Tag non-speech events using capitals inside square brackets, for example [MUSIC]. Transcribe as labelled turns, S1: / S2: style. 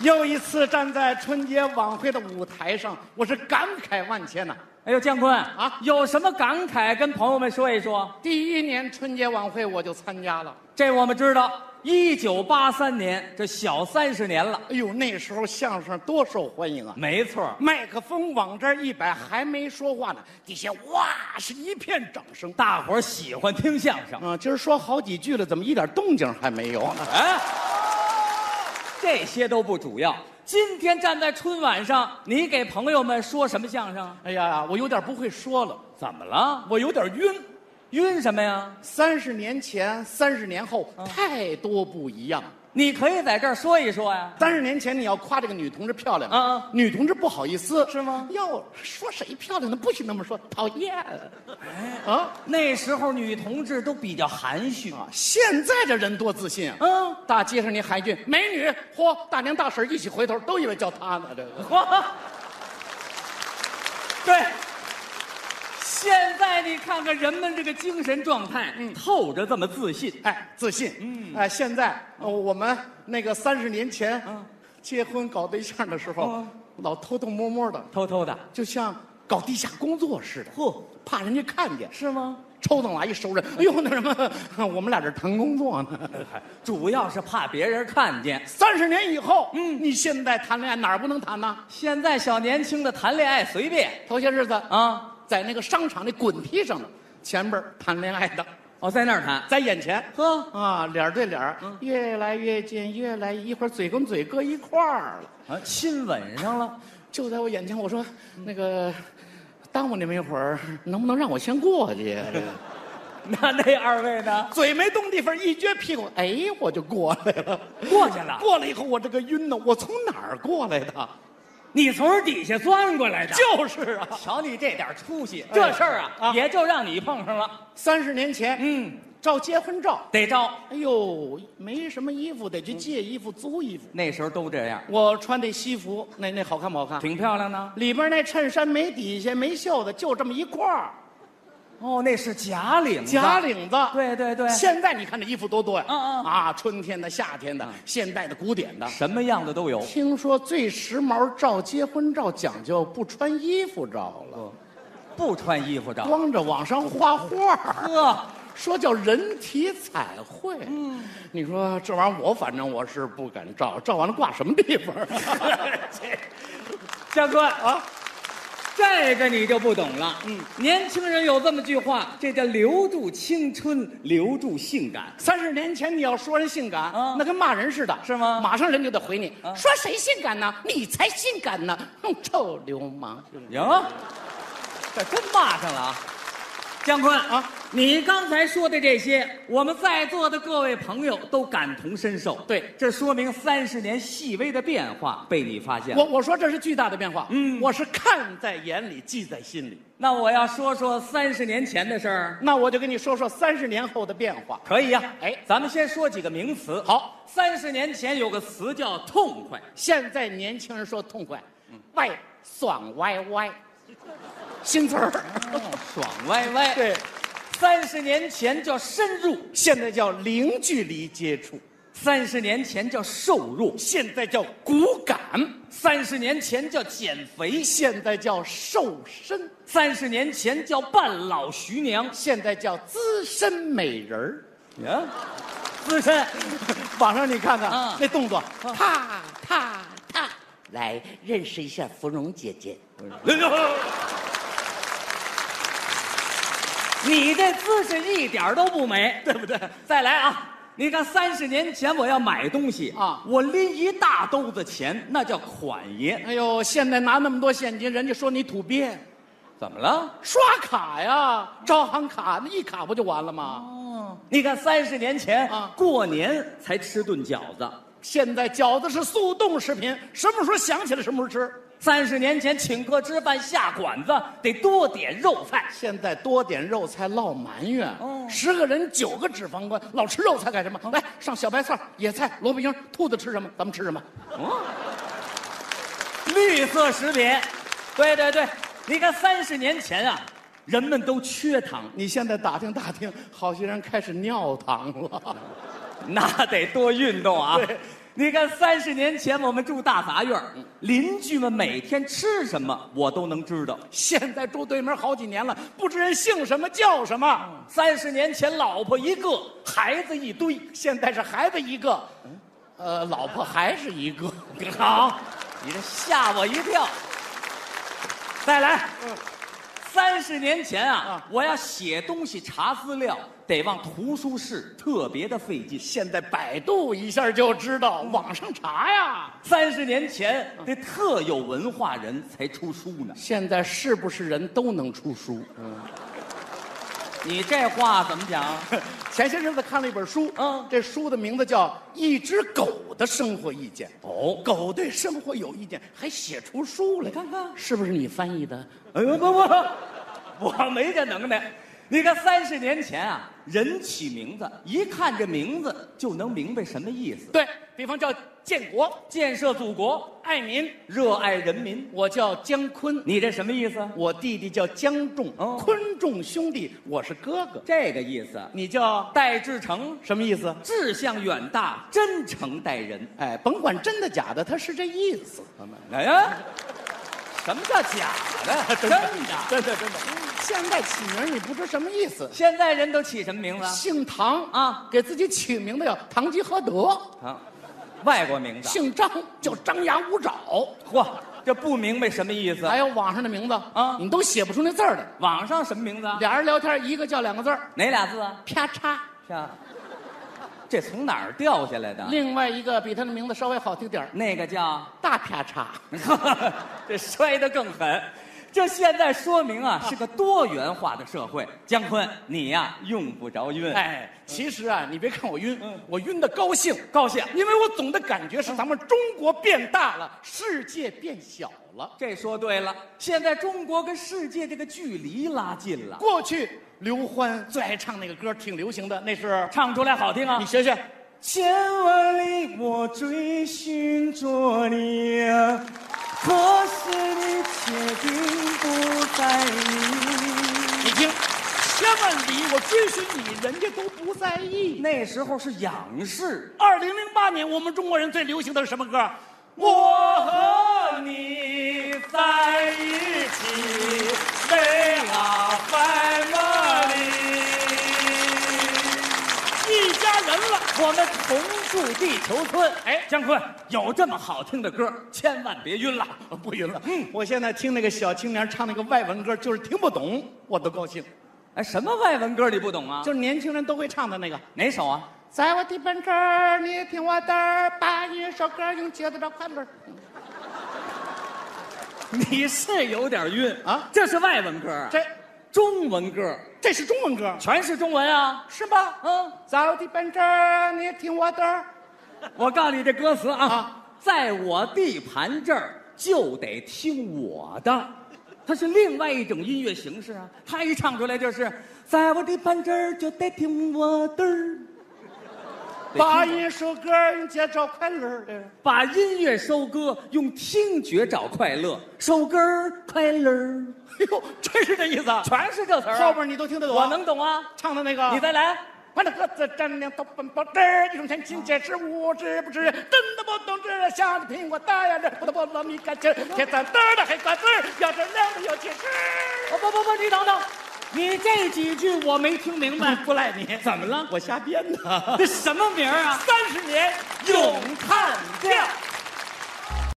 S1: 又一次站在春节晚会的舞台上，我是感慨万千呐、
S2: 哎呦，姜昆
S1: 啊
S2: 啊，有什么感慨跟朋友们说一说？
S1: 第一年春节晚会我就参加了，
S2: 这我们知道，一九八三年，这小三十年了。
S1: 哎呦，那时候相声多受欢迎啊！
S2: 没错儿，
S1: 麦克风往这儿一摆，还没说话呢，底下哇是一片掌声。
S2: 大伙儿喜欢听相声。
S1: 啊，今儿说好几句了，怎么一点动静还没有？啊
S2: 哎，这些都不主要。今天站在春晚上，你给朋友们说什么相声？
S1: 哎呀，我有点不会说了，
S2: 怎么了？
S1: 我有点晕。
S2: 晕什么呀？
S1: 三十年前，三十年后，太多不一样。
S2: 你可以在这儿说一说呀。
S1: 三十年前你要夸这个女同志漂亮，
S2: 嗯嗯
S1: 女同志不好意思，
S2: 是吗
S1: 要说谁漂亮呢？不许那么说，讨厌。
S2: 哎
S1: 啊
S2: 那时候女同志都比较含蓄。
S1: 啊！现在这人多自信啊！
S2: 嗯，
S1: 大街上你喊一句“美女”，嚯，大娘大婶一起回头，都以为叫她呢。这个
S2: 哇， [LAUGHS] 对。现在你看看人们这个精神状态，透着这么自信。
S1: 哎，自信。嗯，哎，现在、呃我们那个三十年前、结婚搞对象的时候，
S2: 嗯
S1: 老偷偷摸摸的，
S2: 偷偷的。
S1: 就像搞地下工作似的，
S2: 嚯，
S1: 怕人家看见。
S2: 是吗？
S1: 抽到哪一熟人，哎呦，那什么，我们俩这谈工作呢。
S2: 主要是怕别人看见。
S1: 三十年以后，嗯，
S2: 嗯
S1: 你现在谈恋爱哪儿不能谈呢？
S2: 现在小年轻的谈恋爱随便
S1: 头些日子啊，
S2: 啊，
S1: 在那个商场那滚梯上呢，前边儿谈恋爱的，
S2: 哦，在那儿谈。
S1: 在眼前，
S2: 呵，
S1: 啊，脸儿对脸儿，越来越近，越来一会儿嘴跟嘴搁一块儿了。
S2: 啊，亲吻上了。 [LAUGHS]
S1: 就在我眼前，我说那个耽误你们一会儿，能不能让我先过去？
S2: 那那二位呢？
S1: 嘴没动地方，一撅屁股，哎，我就过来了。
S2: 过去了。
S1: 过来以后，我这个晕呢，我从哪儿过来的？
S2: 你从这底下钻过来的
S1: 就是啊，
S2: 瞧你这点出息，这事儿啊，
S1: 啊
S2: 也就让你碰上了。
S1: 三十年前，
S2: 嗯，
S1: 照结婚照，
S2: 得招。
S1: 哎呦，没什么衣服，得去借衣服、租衣服。
S2: 那时候都这样，
S1: 我穿这西服，那那好看不好看？
S2: 挺漂亮的。
S1: 里边那衬衫没底下、没袖子，就这么一块儿，
S2: 哦，那是假领子
S1: 假。领子。
S2: 对对对，
S1: 现在你看这衣服多多呀，
S2: 嗯嗯
S1: 啊，春天的、夏天的、现代的、古典的。
S2: 什么样的都有。
S1: 听说最时髦照结婚照讲究不穿衣服照了，
S2: 哦不穿衣服照。
S1: 光着往上画画儿，
S2: 呵，
S1: 说叫人体彩绘。嗯，你说这玩意儿，我反正我是不敢照，照完了挂什么地方？
S2: 江哥啊，这个你就不懂了。嗯，年轻人有这么句话，这叫留住青春，留住性感。
S1: 三十年前你要说人性感
S2: 嗯，
S1: 那跟骂人似的，
S2: 是吗
S1: 马上人就得回你，说谁性感呢？你才性感呢！哼，臭流氓！
S2: 啊呀，这真骂上了啊！姜昆
S1: 啊
S2: 啊，你刚才说的这些，我们在座的各位朋友都感同身受。
S1: 对
S2: 这说明三十年细微的变化被你发现了。
S1: 我我说这是巨大的变化，嗯，我是看在眼里，记在心里。
S2: 那我要说说三十年前的事儿，
S1: 那我就跟你说说三十年后的变化。
S2: 可以呀、
S1: 哎
S2: 咱们先说几个名词。，
S1: 好，
S2: 三十年前有个词叫痛快，
S1: 现在年轻人说痛快，外爽歪歪，新词儿。
S2: 哦爽歪歪。，
S1: 对，
S2: 三十年前叫深入，
S1: 现在叫零距离接触，
S2: 三十年前叫瘦弱，
S1: 现在叫骨感，
S2: 三十年前叫减肥。
S1: 现在叫瘦身，
S2: 三十年前叫半老徐娘，
S1: 现在叫资深美人儿。
S2: 呀，资深，
S1: [LAUGHS] 网上你看看、
S2: 嗯
S1: 那动作，
S3: 踏踏踏，来认识一下芙蓉姐姐。
S2: 你这姿势一点儿都不美，对不对？再来啊！你看，三十年前我要买东西
S1: 啊
S2: 我拎一大兜子钱，那叫款爷。
S1: 哎呦，现在拿那么多现金，人家说你土鳖。
S2: 怎么了？
S1: 刷卡呀，招行卡那一卡不就完了吗？
S2: 你看，三十年前
S1: 啊
S2: 过年才吃顿饺子，
S1: 现在饺子是速冻食品，什么时候想起来什么时候吃。
S2: 三十年前请客吃饭下馆子得多点肉菜，
S1: 现在多点肉菜落埋怨，
S2: 哦
S1: 十个人九个脂肪肝，老吃肉菜干什么？来上小白菜、野菜、萝卜缨，兔子吃什么？咱们吃什么？
S2: 绿色食品，对对对，你看三十年前啊，人们都缺糖，
S1: 你现在打听打听，好些人开始尿糖了。
S2: [LAUGHS] 那得多运动啊
S1: 对。嗯
S2: 你看，三十年前我们住大杂院儿，邻居们每天吃什么我都能知道。
S1: [LAUGHS] 现在住对门好几年了，不知人姓什么叫什么。
S2: 三十年前，老婆一个，
S1: 孩子一堆，现在是孩子一个，呃，老婆还是一个。
S2: 好，你这吓我一跳。再来，三十年前啊
S1: 嗯啊，
S2: 我要写东西查资料，得往图书室，特别的费劲。
S1: 现在百度一下就知道，网上查呀。
S2: 三十年前，
S1: 嗯
S2: 这特有文化人才出书呢。
S1: 现在是不是人都能出书？
S2: 你这话怎么讲？
S1: [LAUGHS] 前些日子看了一本书，
S2: 嗯
S1: 这书的名字叫《一只狗的生活意见》。哦，狗对生活有意见，还写出书来，
S2: 你看看
S1: 是不是你翻译的？
S2: 哎呦，不不，我没这能耐。你看三十年前啊，人起名字，一看这名字就能明白什么意思。
S1: 对比方叫建国，
S2: 建设祖国，
S1: 爱民，
S2: 热爱人民，
S1: 我叫姜昆，
S2: 你这什么意思？
S1: 我弟弟叫姜仲，
S2: 哦
S1: 昆仲兄弟，我是哥哥。
S2: 这个意思。
S1: 你叫
S2: 戴志诚，
S1: 什么意思？
S2: 志向远大，真诚待人。
S1: 哎，甭管真的假的，他是这意思。朋友们
S2: 哎呀，什么叫假的？真的。
S1: 真的真的，现在起名你不知什么意思。
S2: 现在人都起什么名字啊？
S1: 姓唐
S2: 啊，
S1: 给自己起名字叫堂吉诃德。
S2: 啊，外国名字。
S1: 姓张叫张牙舞爪，
S2: 嚯，这不明白什么意思
S1: 还？有网上的名字
S2: 啊
S1: 你都写不出那字儿来。
S2: 网上什么名字啊？
S1: 俩人聊天，一个叫两个字儿，
S2: 哪俩字啊？
S1: 啪嚓；
S2: 是啊，这从哪儿掉下来的？
S1: 另外一个比他的名字稍微好听点儿，
S2: 那个
S1: [LAUGHS]
S2: 叫，
S1: 大啪嚓。
S2: 这摔得更狠。这现在说明啊，是个多元化的社会。姜昆，你呀、用不着晕。
S1: 哎，其实啊，你别看我晕
S2: 嗯，
S1: 我晕的高兴，
S2: 高兴嗯
S1: 因为我总的感觉是咱们中国变大了，世界变小了。
S2: 这说对了，现在中国跟世界这个距离拉近了，
S1: 过去刘欢最爱唱那个歌，挺流行的，那是
S2: 唱出来好听啊
S1: 你！学学。
S2: 千万里我追寻着你，啊可是你却并不在意。
S1: 你
S2: [LAUGHS]
S1: 听，千万里我追寻你，人家都不在意。
S2: 那时候是仰视，
S1: 二零零八年，我们中国人最流行的是什么歌？
S2: 我和你在一起，为了烦恼你。
S1: 一家人了。
S2: 我们同住地球村。哎，姜昆有这么好听的歌，千万别晕了。
S1: 不晕了，嗯，我现在听那个小青年唱那个外文歌，就是听不懂，我都高兴。
S2: 哎，什么外文歌你不懂啊？
S1: 就是年轻人都会唱的那个，
S2: 哪首啊？
S1: 在我的奔驰儿，你听我的儿，把一首歌用节奏找快乐儿。
S2: 你是有点晕
S1: 啊
S2: 这是外文歌啊，
S1: 这
S2: 中文歌
S1: 这是中文歌，
S2: 全是中文啊。
S1: 是吧？
S2: 嗯，
S1: 在我的奔驰儿，你听我的儿。
S2: 我告诉你这歌词啊，
S1: 啊
S2: 在我地盘这儿就得听我的。它是另外一种音乐形式啊，它一唱出来就是，在我地盘这儿就得听我的儿，
S1: 把一首歌用节奏快乐儿，这是
S2: 把音乐收割，用听觉找快乐，收歌儿快乐儿，
S1: 哎呦，真是这意思啊。
S2: 全是这词儿啊、
S1: 后边你都听得懂，
S2: 我能懂啊，
S1: 唱的那个。
S2: 你再来。
S1: 我的鸽子占领都奔跑这一种钱金钱是无知不知，真的不懂事儿，像的苹果大呀，这胡萝卜米干吃，铁三豆的黑瓜子儿，要是亮的有气势。
S2: 哦不不不，你等等，你这几句我没听明白，
S1: [LAUGHS] 不赖你，
S2: 怎么了？
S1: 我瞎编的。
S2: 这什么名儿啊？
S1: 三十年
S2: 咏叹